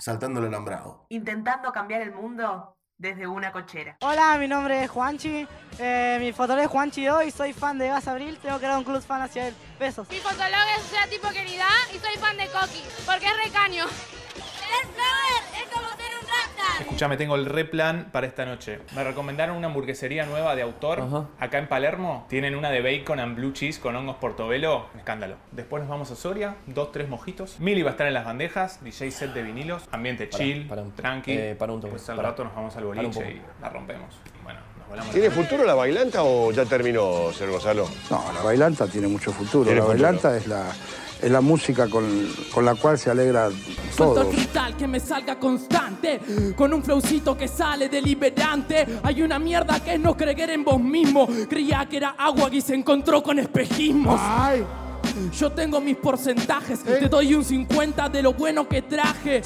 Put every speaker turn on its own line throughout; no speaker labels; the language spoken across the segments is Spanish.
saltando el alambrado.
Intentando cambiar el mundo desde una cochera.
Hola, mi nombre es Juanchi, eh, mi fotolog es Juanchi hoy, soy fan de Gas Abril, tengo creado un club fan hacia él. Besos.
Mi fotolog es ya tipo querida y soy fan de Coqui, porque es recaño.
Es flower, es como ser un raptor.
Escuchame, tengo el replan para esta noche. Me recomendaron una hamburguesería nueva de autor.
Ajá.
Acá en Palermo tienen una de bacon and blue cheese con hongos portobelo. Un escándalo. Después nos vamos a Soria, dos, tres mojitos. Mili va a estar en las bandejas, DJ set de vinilos, ambiente
Pará,
chill,
pará un-
tranqui.
eh, pará un toque,
Pues al
pará.
rato nos vamos al
Pará un
boliche y
poco.
la rompemos. Bueno, nos volamos.
¿Tiene futuro la bailanta o ya terminó, señor Gonzalo?
No, la bailanta tiene mucho futuro.
Tiene
la
futuro.
bailanta es la, es la música con, con la cual se alegra
Suelto el
todo.
cristal que me salga constante Con un flowcito que sale deliberante Hay una mierda que es no creer en vos mismo Creía que era agua y se encontró con espejismos Yo tengo mis porcentajes Te doy un 50 de lo bueno que traje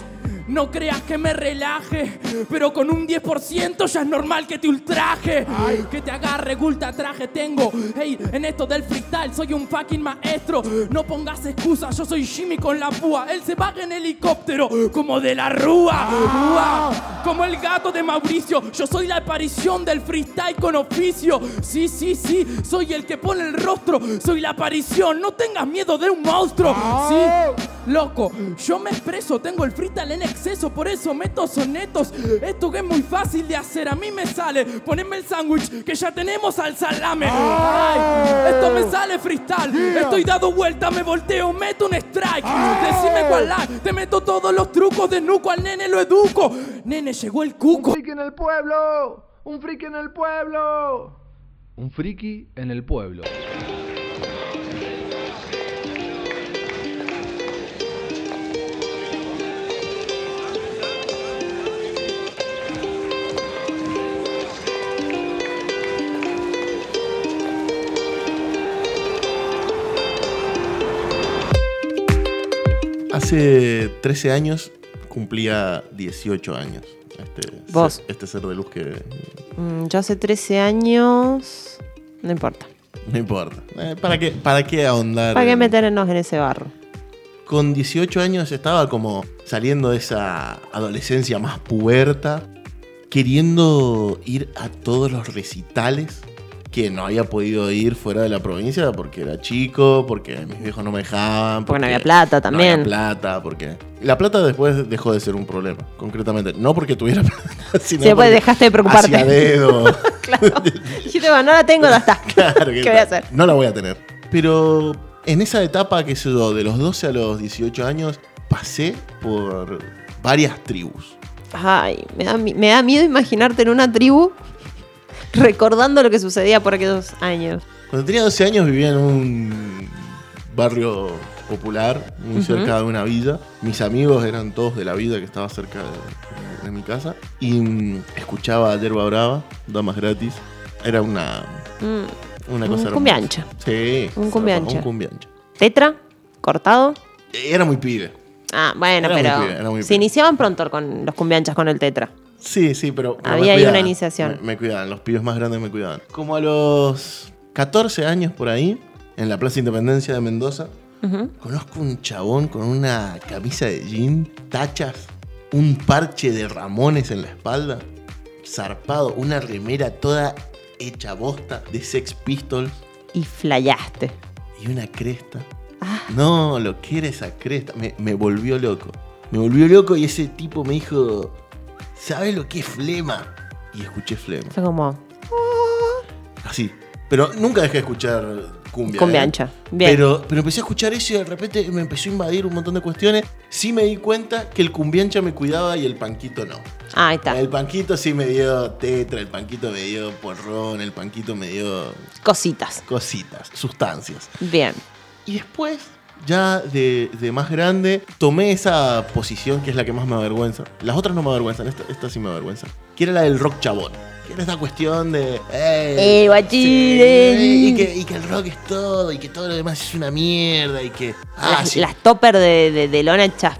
no creas que me relaje, pero con un 10% ya es normal que te ultraje. Que te agarre, gulta, traje tengo. Hey, en esto del freestyle soy un fucking maestro. No pongas excusas, yo soy Jimmy con la púa. Él se baja en helicóptero, como de la rúa. Rúa. Como el gato de Mauricio, yo soy la aparición del freestyle con oficio. Sí, sí, sí, soy el que pone el rostro, soy la aparición. No tengas miedo de un monstruo. Sí, Loco, yo me expreso, tengo el freestyle en exceso, por eso meto sonetos. Esto que es muy fácil de hacer, a mí me sale. Poneme el sándwich, que ya tenemos al salame. Ay, esto me sale freestyle. Estoy dado vuelta, me volteo, meto un strike. Decime cuál lag, te meto todos los trucos de nuco, al nene lo educo. Nene, llegó el cuco.
friki en el pueblo, un friki en el pueblo.
Un friki en el pueblo.
Hace 13 años cumplía 18 años. Este,
Vos.
ser- este ser de luz que
Mm, yo hace 13 años. No importa.
no importa. Eh, ¿para, qué, ¿Para qué ahondar?
¿Para qué
en-
meternos en ese barro?
Con 18 años estaba como saliendo de esa adolescencia más puberta, queriendo ir a todos los recitales que no había podido ir fuera de la provincia porque era chico, porque mis viejos no me dejaban.
Porque no había plata
no había
también.
plata, porque... La plata después dejó de ser un problema, concretamente. No porque tuviera plata, sino
Sí, pues,
porque
dejaste de preocuparte.
hacía dedo.
Dijiste, bueno, no la tengo, ya está.
Claro que
¿Qué voy a hacer?
No la voy a tener. Pero en esa etapa que se dio de los 12 a los 18 años, pasé por varias tribus.
Ay, me da, mi- me da miedo imaginarte en una tribu recordando lo que sucedía por aquellos años.
Cuando tenía 12 años vivía en un barrio popular, muy
Ujú.
cerca de una villa. Mis amigos eran todos de la villa que estaba cerca de, de mi casa. Y mm, escuchaba Yerba Brava, Damas Gratis. Era una,
Mm,
una
Un
cosa hermosa.
cumbiancha.
Sí.
Un
se-
cumbiancha.
Un cumbiancha.
Tetra, cortado.
Era muy pibe.
Ah, bueno,
Era muy
pero
pibe, era muy
se
pibe.
iniciaban pronto con los cumbianchas con el tetra.
Sí, sí, pero. pero
Había
me
ahí
cuidaban,
una iniciación.
Me, me cuidaban, los pibes más grandes me cuidaban. Como a los 14 años por ahí, en la Plaza Independencia de Mendoza,
Ujú.
conozco un chabón con una camisa de jean, tachas, un parche de ramones en la espalda, zarpado, una remera toda hecha bosta de Sex Pistols
Y flayaste. Ah.
y una cresta. No, lo que era esa cresta. Me, me volvió loco. Me volvió loco y ese tipo me dijo, ¿sabes lo que es flema? Y escuché flema.
Fue como
Así. Pero nunca dejé de escuchar cumbia.
cumbia
¿eh?
ancha. Bien.
Pero, pero empecé a escuchar eso y de repente me empezó a invadir un montón de cuestiones. Sí me di cuenta que el cumbiancha me cuidaba y el panquito no.
Ah, ahí está.
El panquito sí me dio tetra, el panquito me dio porrón, el panquito me dio
Cositas.
cositas, sustancias.
Bien.
Y después, ya de, de más grande, tomé esa posición que es la que más me avergüenza. Las otras no me avergüenzan, esta, esta sí me avergüenza. Que era la del rock chabón. Que era esta cuestión de. ¡Eh,
Eh, guachín, eh.
y, que, y que el rock es todo, y que todo lo demás es una mierda, y que. Ah,
las,
sí,
las topper de, de, de lona hechas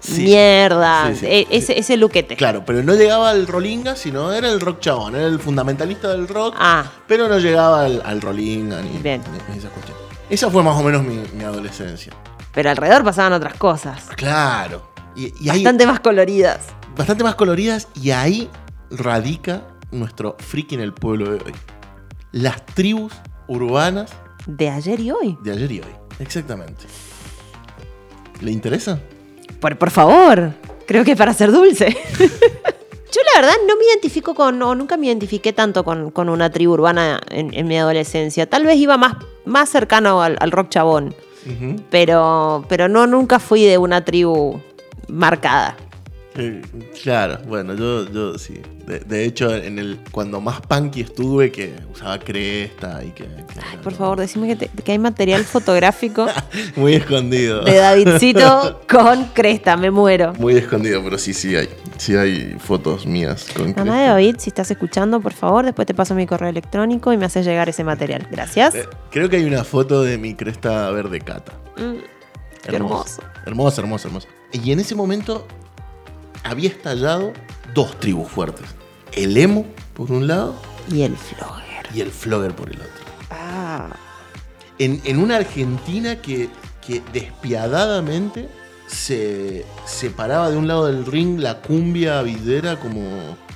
sí.
mierda.
Sí, sí,
E-
sí.
ese, ese luquete.
Claro, pero no llegaba al rolinga, sino era el rock chabón, era el fundamentalista del rock,
Ah,
pero no llegaba al, al rolinga ni,
Bien.
ni- ni esas cuestiones. Esa fue más o menos mi- mi adolescencia.
pero alrededor pasaban otras cosas.
Claro. Y, y ahí-
Bastante más coloridas.
bastante más coloridas y ahí radica nuestro friki en el pueblo de hoy. Las tribus urbanas
De ayer y hoy.
de ayer y hoy. Exactamente. ¿Le interesa?
Por, por favor, creo que para ser dulce. Yo la verdad no me identifico con, o nunca me identifiqué tanto con, con una tribu urbana en, en mi adolescencia. Tal vez iba más, más cercano al, al rock chabón,
Ujú.
pero, pero no, nunca fui de una tribu marcada.
Eh, Claro, bueno, yo, yo sí. De, de hecho, en el cuando más punky estuve, que usaba cresta y que. que era
Por favor, decime que, te- que hay material fotográfico
Muy escondido.
de Davidcito con cresta, me muero.
Muy escondido, pero sí, sí hay. Sí hay fotos mías con
Mamá de David, si estás escuchando, por favor, después te paso mi correo electrónico y me haces llegar ese material. Gracias.
Eh, Creo que hay una foto de mi cresta verde cata.
Mm, qué
Hermoso. Hermoso, hermoso, hermoso. Y en ese momento había estallado dos tribus fuertes. El emo, por un lado,
Y el flogger.
y el flogger, por el otro.
Ah.
En, en una Argentina que, que despiadadamente se separaba de un lado del ring la cumbia videra como,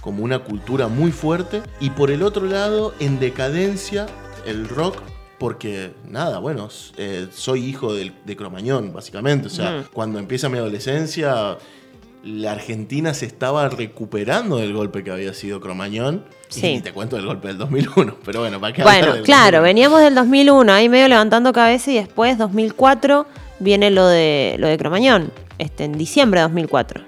como una cultura muy fuerte y por el otro lado en decadencia el rock porque nada, bueno, s- eh, soy hijo del- de, Cromañón básicamente, o sea,
Mm.
cuando empieza mi adolescencia la Argentina se estaba recuperando del golpe que había sido Cromañón.
Sí.
Y ni te cuento del golpe del 2001, pero bueno, para qué hablar
Bueno,
del
claro,
2001?
veníamos del 2001, ahí medio levantando cabeza y después, 2004, viene lo de, lo de Cromañón, este, en diciembre de 2004.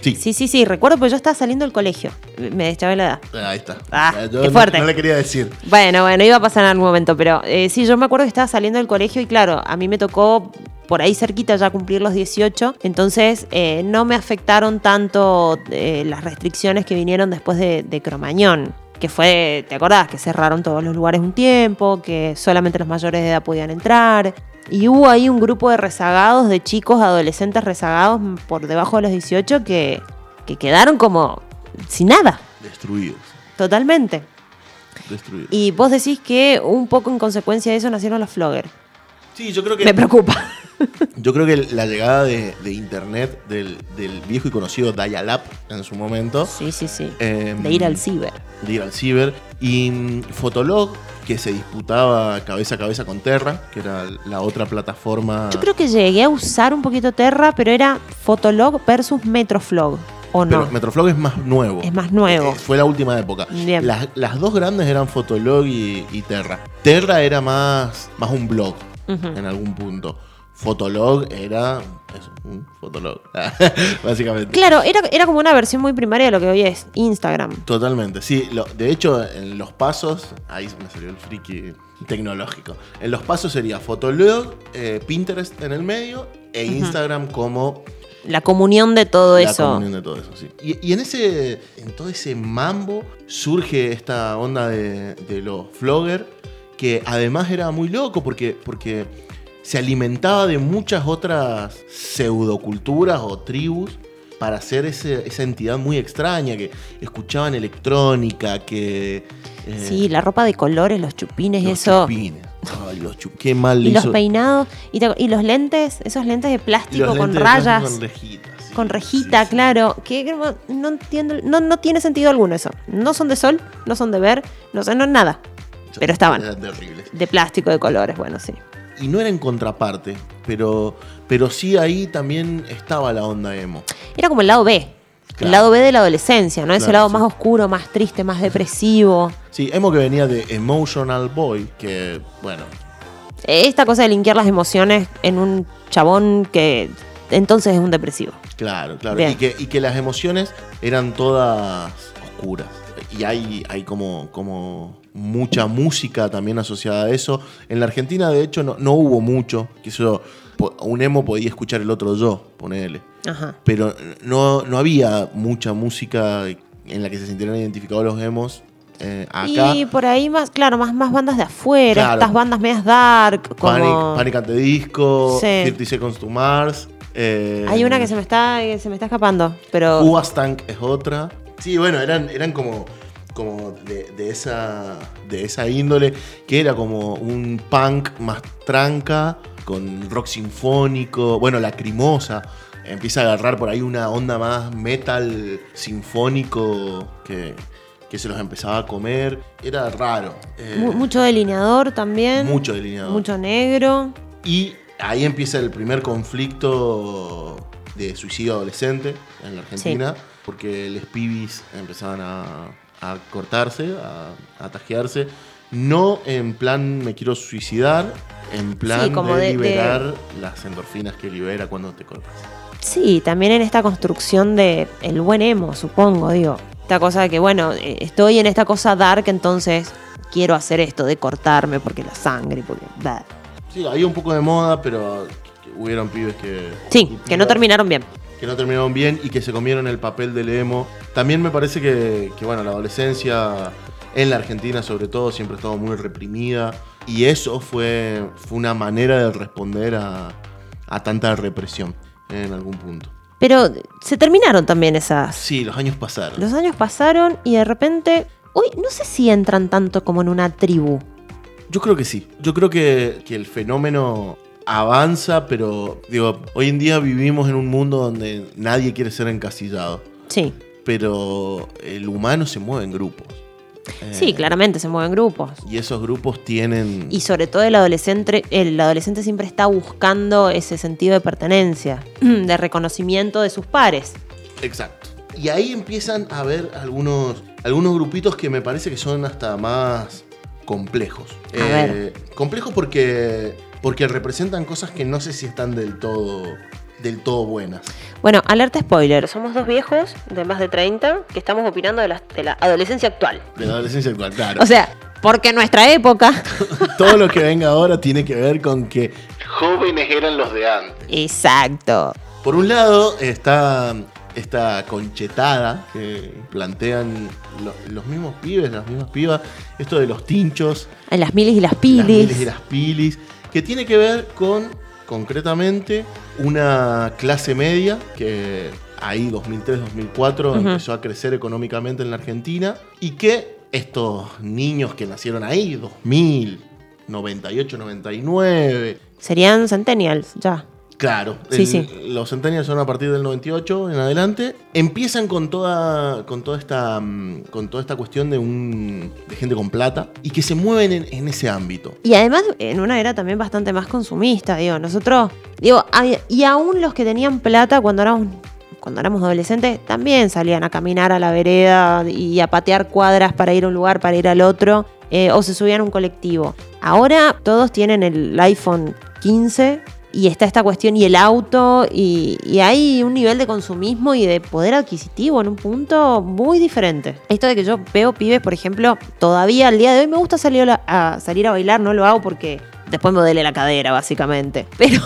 Sí.
Sí, sí, sí, recuerdo, pues yo estaba saliendo del colegio, me deschavé la edad.
Ahí está.
Ah,
Ya, yo
qué
no-
fuerte.
No, le quería decir.
Bueno, bueno, iba a pasar en algún momento, pero eh, sí, yo me acuerdo que estaba saliendo del colegio y claro, a mí me tocó por ahí cerquita ya cumplir los 18, entonces eh, no me afectaron tanto eh, las restricciones que vinieron después de, de Cromañón, que fue, ¿te acordás? Que cerraron todos los lugares un tiempo, que solamente los mayores de edad podían entrar. Y hubo ahí un grupo de rezagados, de chicos, adolescentes rezagados por debajo de los 18 que, que quedaron como sin nada,
Destruidos.
totalmente.
Destruidos.
Y vos decís que un poco en consecuencia de eso nacieron los floggers.
Sí, yo creo que.
Me preocupa.
Yo creo que la llegada de, de internet del, del viejo y conocido Dial-Up en su momento.
Sí, sí, sí.
eh,
De ir al ciber.
de ir al ciber. Y mm, Fotolog, que se disputaba cabeza a cabeza con Terra, que era la otra plataforma.
Yo creo que llegué a usar un poquito Terra, pero era Fotolog versus Metroflog. ¿O no?
Pero Metroflog es más nuevo.
Es más nuevo.
Eh, Fue la última época.
Bien.
Las, las dos grandes eran Fotolog y, y Terra. Terra era más, más un blog
Ujú.
en algún punto. Fotolog era. eso, un fotolog. Básicamente.
Claro, era, era como una versión muy primaria de lo que hoy es Instagram.
Totalmente, sí. lo- de hecho, en los pasos, ahí me salió el friki tecnológico. En los pasos sería Fotolog, eh, Pinterest en el medio e
Ujú.
Instagram como
La comunión de todo
la
eso.
comunión de todo eso, sí. Y, y en ese, en todo ese mambo surge esta onda de, de los flogger que además era muy loco porque, porque se alimentaba de muchas otras pseudoculturas o tribus para hacer ese- esa entidad muy extraña que escuchaban electrónica, que... eh,
Sí, la ropa de colores, los chupines,
los
eso.
chupines. Ay, los chup- qué mal le
Y los
hizo-
peinados. Y, te- y los lentes, esos lentes de
y
plástico
los
con
lentes de plástico
rayas.
Con rejitas. sí,
Con rejita,
sí, sí.
claro. Que como, no entiendo, no, no tiene sentido alguno eso. No son de sol, no son de ver, no son no, nada. Pero estaban.
Eran terribles.
De plástico, de colores, bueno, sí.
y no era en contraparte, pero, pero sí ahí también estaba la onda emo.
Era como el lado B. El
Claro.
lado B de la adolescencia, ¿no? Ese
Claro,
lado
sí.
más oscuro, más triste, más depresivo.
Sí, emo que venía de Emotional Boy, que bueno,
Esta cosa de linkear las emociones en un chabón que entonces es un depresivo.
claro, claro.
Bien.
Y que, y que las emociones eran todas oscuras. Y hay, hay como, como mucha música también asociada a eso. En la Argentina, de hecho, no, no hubo mucho. Que yo, po- un emo podía escuchar el otro yo, ponele.
Ajá.
Pero no, no había mucha música en la que se sintieran identificados los emos. eh, acá.
Y por ahí más, claro, más, más bandas de afuera,
Claro.
estas bandas medias dark, como...
Panic, Panic at the Disco,
Sí.
30 Seconds to Mars. eh,
Hay una que se me está, que se me está escapando, pero...
Uvas Tank es otra. Sí, bueno, eran, eran como, como de, de esa, de esa índole, que era como un punk más tranca, con rock sinfónico, bueno, lacrimosa. empieza a agarrar por ahí una onda más metal sinfónico que, que se los empezaba a comer. Era raro. eh,
Mu- mucho delineador también.
mucho delineador.
Mucho negro.
Y ahí empieza el primer conflicto de suicidio adolescente en la Argentina, porque los pibis empezaban a, a cortarse, a, a tajearse. No en plan me quiero suicidar, en plan
como
de,
de- de-
liberar las endorfinas que libera cuando te cortas.
Sí, también en esta construcción de el buen emo, supongo, digo. Esta cosa de que, bueno, eh, estoy en esta cosa dark, entonces quiero hacer esto de cortarme porque la sangre, porque... bla.
Sí, había un poco de moda, pero hubieron pibes que...
Sí, que no terminaron bien.
que no terminaron bien y que se comieron el papel del emo. También me parece que, que, bueno, la adolescencia en la Argentina sobre todo siempre ha estado muy reprimida y eso fue, fue una manera de responder a, a tanta represión en algún punto.
Pero se terminaron también esas.
Sí, los años pasaron.
Los años pasaron y de repente... Uy, no sé si entran tanto como en una tribu.
Yo creo que sí. Yo creo que, que el fenómeno avanza, pero digo, hoy en día vivimos en un mundo donde nadie quiere ser encasillado,
Sí.
pero el humano se mueve en grupos. Eh,
Sí, claramente, se mueven grupos.
Y esos grupos tienen...
Y sobre todo el adolescente, el adolescente siempre está buscando ese sentido de pertenencia, de reconocimiento de sus pares.
Exacto. Y ahí empiezan a ver algunos, algunos grupitos que me parece que son hasta más complejos. Eh,
A ver.
Complejos porque, porque representan cosas que no sé si están del todo, del todo buenas.
Bueno, alerta spoiler. Somos dos viejos de más de 30 que estamos opinando de la, de la adolescencia actual.
De la adolescencia actual, claro.
O sea, porque nuestra época...
todo lo que venga ahora tiene que ver con que jóvenes eran los de antes.
Exacto.
Por un lado está esta conchetada que plantean lo- los mismos pibes, las mismas pibas, esto de los tinchos,
En las miles y las
las miles y
piles.
las pilis, que tiene que ver con, concretamente, una clase media que ahí 2003-2004
Ujú.
empezó a crecer económicamente en la Argentina y que estos niños que nacieron ahí, 2000, 98, 99,
Serían centennials, ya.
Claro,
Sí,
el-
sí.
los centennials son a partir del 98 en adelante. Empiezan con toda, con toda esta, mm, con toda esta cuestión de un de gente con plata y que se mueven en, en ese ámbito.
Y además en una era también bastante más consumista, digo, nosotros, digo, ay- y aún los que tenían plata cuando éramos, cuando éramos adolescentes también salían a caminar a la vereda y a patear cuadras para ir a un lugar, para ir al otro, eh, o se subían a un colectivo. Ahora todos tienen el iPhone 15 y está esta cuestión y el auto y, y hay un nivel de consumismo y de poder adquisitivo en un punto muy diferente. Esto de que yo veo pibes, por ejemplo, todavía al día de hoy me gusta salir a, la- a salir a bailar, no lo hago porque después me duele la cadera básicamente, pero...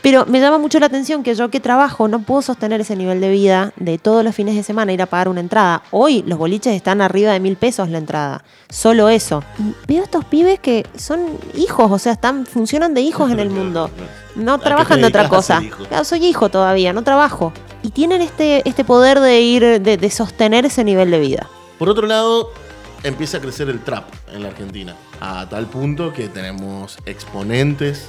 Pero me llama mucho la atención que yo que trabajo no puedo sostener ese nivel de vida de todos los fines de semana ir a pagar una entrada. Hoy los boliches están arriba de mil pesos la entrada. Solo eso. Y veo estos pibes que son hijos, o sea, están, funcionan de hijos en el mundo. No
qué
trabajan
te
de otra
dedicas a
cosa.
ser hijo?
Claro, soy hijo todavía, no trabajo. Y tienen este, este poder de ir, de, de sostener ese nivel de vida.
Por otro lado, empieza a crecer el trap en la Argentina. A tal punto que tenemos exponentes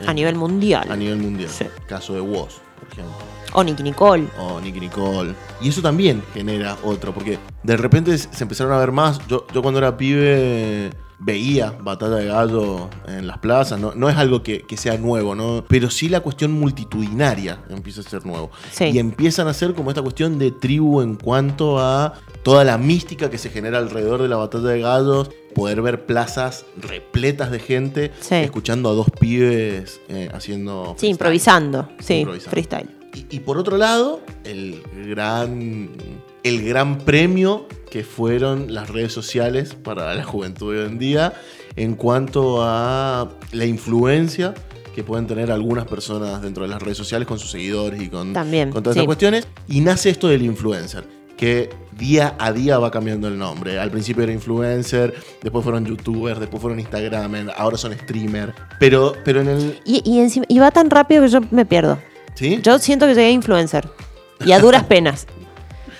en-
A nivel mundial.
a nivel mundial.
Sí.
Caso de Woz, por ejemplo.
O Nicky Nicole.
o Oh, Nicky Nicole. Y eso también genera otro, porque de repente se empezaron a ver más. Yo, yo cuando era pibe veía batalla de gallo en las plazas, no, no es algo que, que sea nuevo, ¿no? pero sí la cuestión multitudinaria empieza a ser nuevo.
Sí.
Y empiezan a ser como esta cuestión de tribu en cuanto a toda la mística que se genera alrededor de la batalla de gallos, poder ver plazas repletas de gente
Sí.
escuchando a dos pibes eh, haciendo...
Sí,
freestyle.
improvisando. Sí,
Improvisando.
freestyle.
Y, y por otro lado, el gran, el gran premio que fueron las redes sociales para la juventud de hoy en día en cuanto a la influencia que pueden tener algunas personas dentro de las redes sociales con sus seguidores y con,
También,
con todas
sí.
esas cuestiones. Y nace esto del influencer, que día a día va cambiando el nombre. Al principio era influencer, después fueron youtubers, después fueron instagramers, ahora son streamer. Pero, pero en el...
Y, y encima, y va tan rápido que yo me pierdo.
¿Sí?
Yo siento que llegué a influencer. Y a duras penas.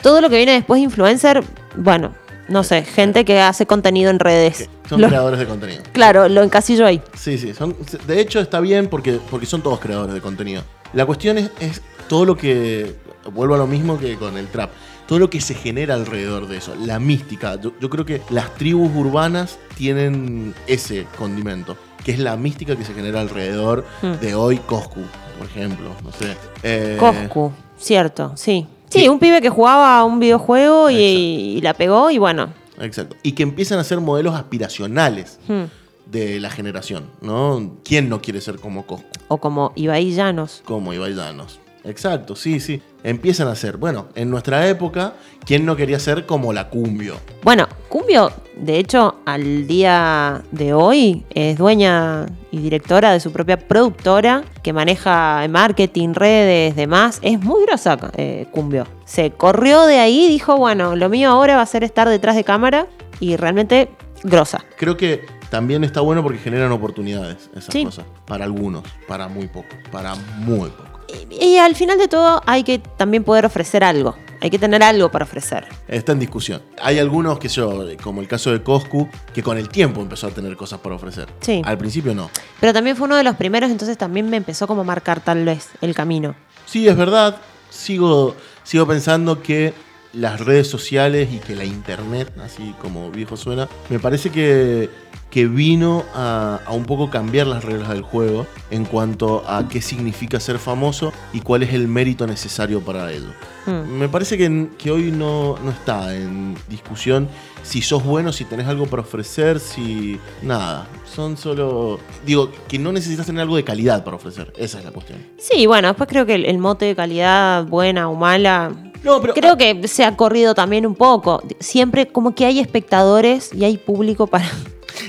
Todo lo que viene después de influencer, bueno, no sé, gente que hace contenido en redes.
Son
Lo-
creadores de contenido.
claro, lo encasillo ahí.
Sí, sí. Son, de hecho, está bien porque, porque son todos creadores de contenido. La cuestión es, es todo lo que. Vuelvo a lo mismo que con el trap. Todo lo que se genera alrededor de eso, la mística. Yo, yo creo que las tribus urbanas tienen ese condimento, que es la mística que se genera alrededor
Mm.
de hoy Coscu, por ejemplo. No sé. Eh,
Coscu, cierto, sí. Sí, un pibe que jugaba a un videojuego y, y la pegó y bueno.
Exacto. Y que empiezan a ser modelos aspiracionales
hmm.
de la generación, ¿no? ¿Quién no quiere ser como Coscu?
O como Ibai Llanos.
Como Ibai Llanos. Exacto, sí, sí. Empiezan a ser. Bueno, en nuestra época, ¿quién no quería ser como la cumbio?
Bueno, Cumbio, de hecho, al día de hoy es dueña y directora de su propia productora que maneja marketing, redes, demás. Es muy grosa eh, Cumbio. Se corrió de ahí y dijo, bueno, lo mío ahora va a ser estar detrás de cámara y realmente grosa.
Creo que también está bueno porque generan oportunidades esas
Sí.
cosas. Para algunos, para muy pocos, para muy pocos.
Y al final de todo hay que también poder ofrecer algo. Hay que tener algo para ofrecer.
Está en discusión. Hay algunos, que yo, como el caso de Coscu, que con el tiempo empezó a tener cosas para ofrecer.
Sí.
Al principio no.
Pero también fue uno de los primeros, entonces también me empezó como a marcar tal vez el camino.
Sí, es verdad. Sigo, sigo pensando que las redes sociales y que la internet, así como viejo suena, me parece que, que vino a, a un poco cambiar las reglas del juego en cuanto a qué significa ser famoso y cuál es el mérito necesario para ello. Me parece que, que hoy no, no está en discusión si sos bueno, si tenés algo para ofrecer, si nada. Son solo... Digo, que no necesitas tener algo de calidad para ofrecer. Esa es la cuestión.
Sí, bueno, después creo que el, el mote de calidad buena o mala.
No, pero- ah
creo que se ha corrido también un poco. Siempre como que hay espectadores y hay público para,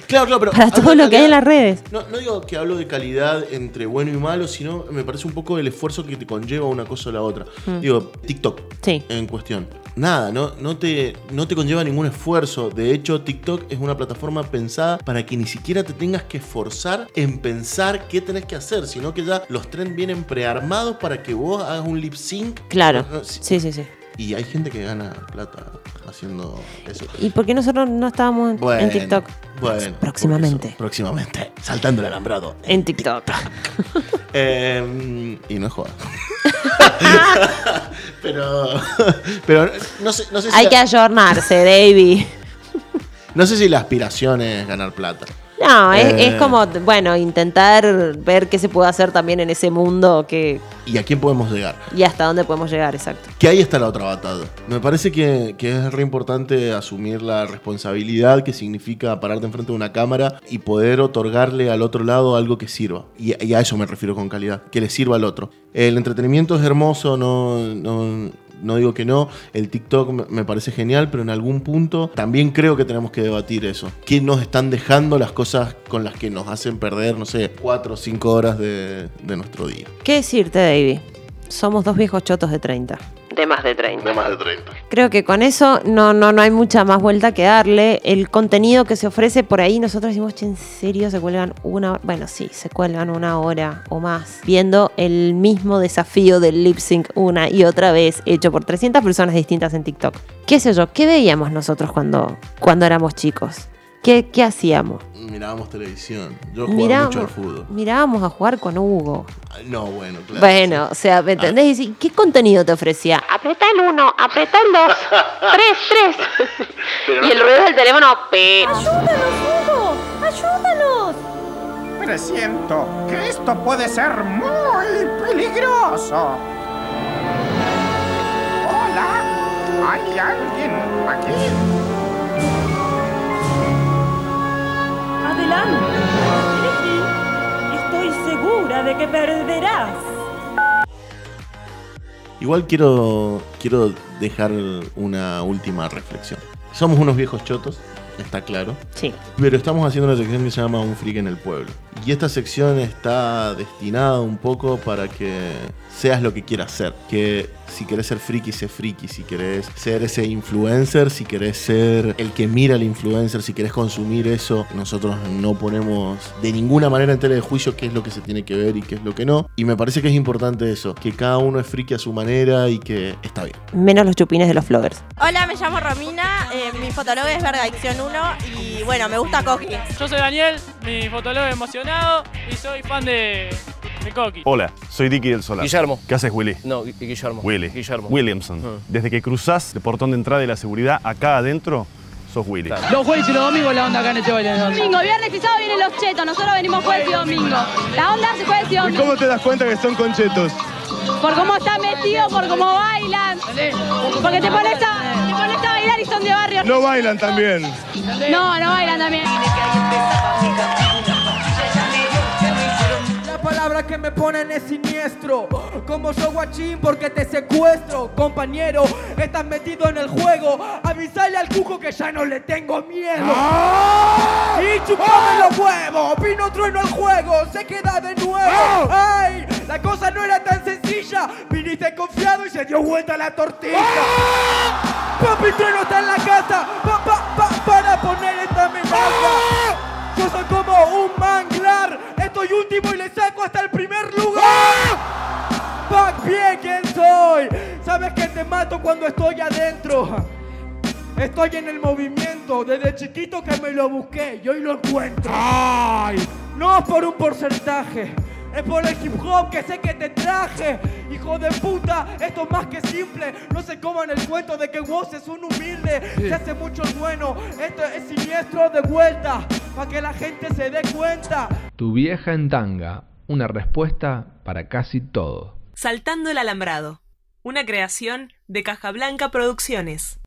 Claro, claro, pero...
para todo
hablo de
lo que hay en
calidad.
las redes.
Ah, No, no digo que hablo de calidad entre bueno y malo, sino me parece un poco el esfuerzo que te conlleva una cosa o la otra.
Mm.
Digo, TikTok
Sí.
en cuestión. Nada, no, no, te, no te conlleva ningún esfuerzo. De hecho, TikTok es una plataforma pensada para que ni siquiera te tengas que esforzar en pensar qué tenés que hacer, sino que ya los trends vienen prearmados para que vos hagas un lip sync.
Claro.
No, no, sí.
Sí, sí, sí.
Y hay gente que gana plata haciendo eso.
¿Y por qué nosotros no estábamos en-
Bueno,
en TikTok?
Bueno,
Próximamente.
eso, próximamente. Saltando el alambrado.
En TikTok.
Eh, y no es joda. pero. Pero no sé, no sé si.
Hay
la-
que ayornarse, Davy.
No sé si la aspiración es ganar plata.
No, es,
Eh.
es como, bueno, intentar ver qué se puede hacer también en ese mundo que,
¿Y a quién podemos llegar?
y hasta dónde podemos llegar, exacto.
Que ahí está la otra batalla. Me parece que, que es re importante asumir la responsabilidad que significa pararte enfrente de una cámara y poder otorgarle al otro lado algo que sirva. Y, y a eso me refiero con calidad, que le sirva al otro. El entretenimiento es hermoso, no, no, no digo que no. El TikTok me- me parece genial, pero en algún punto también creo que tenemos que debatir eso. ¿Qué nos están dejando las cosas con las que nos hacen perder, no sé, cuatro o cinco horas de, de nuestro día?
¿Qué decirte, Davy? Somos dos viejos chotos de 30. De más de 30.
más de 30.
Creo que con eso no, no, no hay mucha más vuelta que darle. El contenido que se ofrece por ahí, nosotros decimos, "Che, en serio, se cuelgan una hora. Bueno, sí, se cuelgan una hora o más. Viendo el mismo desafío del lip sync una y otra vez, hecho por 300 personas distintas en TikTok. ¿Qué sé yo? ¿Qué veíamos nosotros cuando, cuando éramos chicos? ¿Qué, qué hacíamos?
Mirábamos televisión. Yo jugaba mucho al fútbol.
mirábamos a jugar con Hugo.
No, bueno, claro.
Bueno, o sea, ¿me entendés? Y sí, ¿Qué contenido te ofrecía? Apretá el 1, apretá el 2, 3, 3. Y el ruido del teléfono,
¡Ayúdanos, Hugo! ¡Ayúdanos!
Presiento que esto puede ser muy peligroso. Hola, ¿hay alguien aquí?
Adelante, Ricky. Estoy segura de que perderás.
Igual quiero, quiero dejar una última reflexión. Somos unos viejos chotos, está claro.
Sí.
Pero estamos haciendo una sección que se llama Un Freak en el Pueblo. Y esta sección está destinada un poco para que seas lo que quieras ser. Que si querés ser friki, sé friki. Si querés ser ese influencer, si querés ser el que mira al influencer, si querés consumir eso, nosotros no ponemos de ninguna manera en tela de juicio qué es lo que se tiene que ver y qué es lo que no. Y me parece que es importante eso, que cada uno es friki a su manera y que está bien.
Menos los chupines de los flowers.
Hola, me llamo Romina, eh, mi fotólogo es Vergadicción 1 y bueno, me gusta Coqui.
Yo soy Daniel, mi fotólogo emocionado y soy fan de De Coqui.
Hola, soy Dicky del Solar.
Guillermo.
¿Qué haces, Willy?
No, Gui- Guillermo.
Willy.
Guillermo.
Williamson. Desde que cruzás el portón de entrada de la seguridad acá adentro, sos Willy.
Los jueves y los domingos la onda acá en este baile.
Domingo, viernes y sábado vienen los chetos, nosotros venimos jueves y domingo. La onda se jueves y domingo.
te das cuenta que son conchetos?
Por cómo están metidos, por cómo bailan. Porque te pones a, te pones a bailar y son de barrio.
No bailan también.
No, no bailan también.
La palabra que me ponen es siniestro. Como yo guachín porque te secuestro, compañero. Estás metido en el juego. Avisale al cuco que ya no le tengo miedo. Y chupame los huevos. Vino trueno al juego. Se queda de nuevo. Ay, la cosa no era tan sencilla. Viniste confiado y se dio vuelta la tortilla. Papi trueno está en la casa. pa- pa- pa- para poner esta amenaza. Yo soy como un manglar. Estoy último y le saco hasta el primer lugar. Pac bien quién soy. Sabes que te mato cuando estoy adentro. Estoy en el movimiento desde chiquito que me lo busqué y hoy lo encuentro. No por un porcentaje. Es por el hip hop que sé que te traje. Hijo de puta, esto es más que simple. No se coman el cuento de que vos es un humilde.
Sí.
Se hace mucho el bueno. Esto es siniestro de vuelta. Para que la gente se dé cuenta.
Tu vieja en tanga, una respuesta para casi todo.
Saltando el alambrado. Una creación de Caja Blanca Producciones.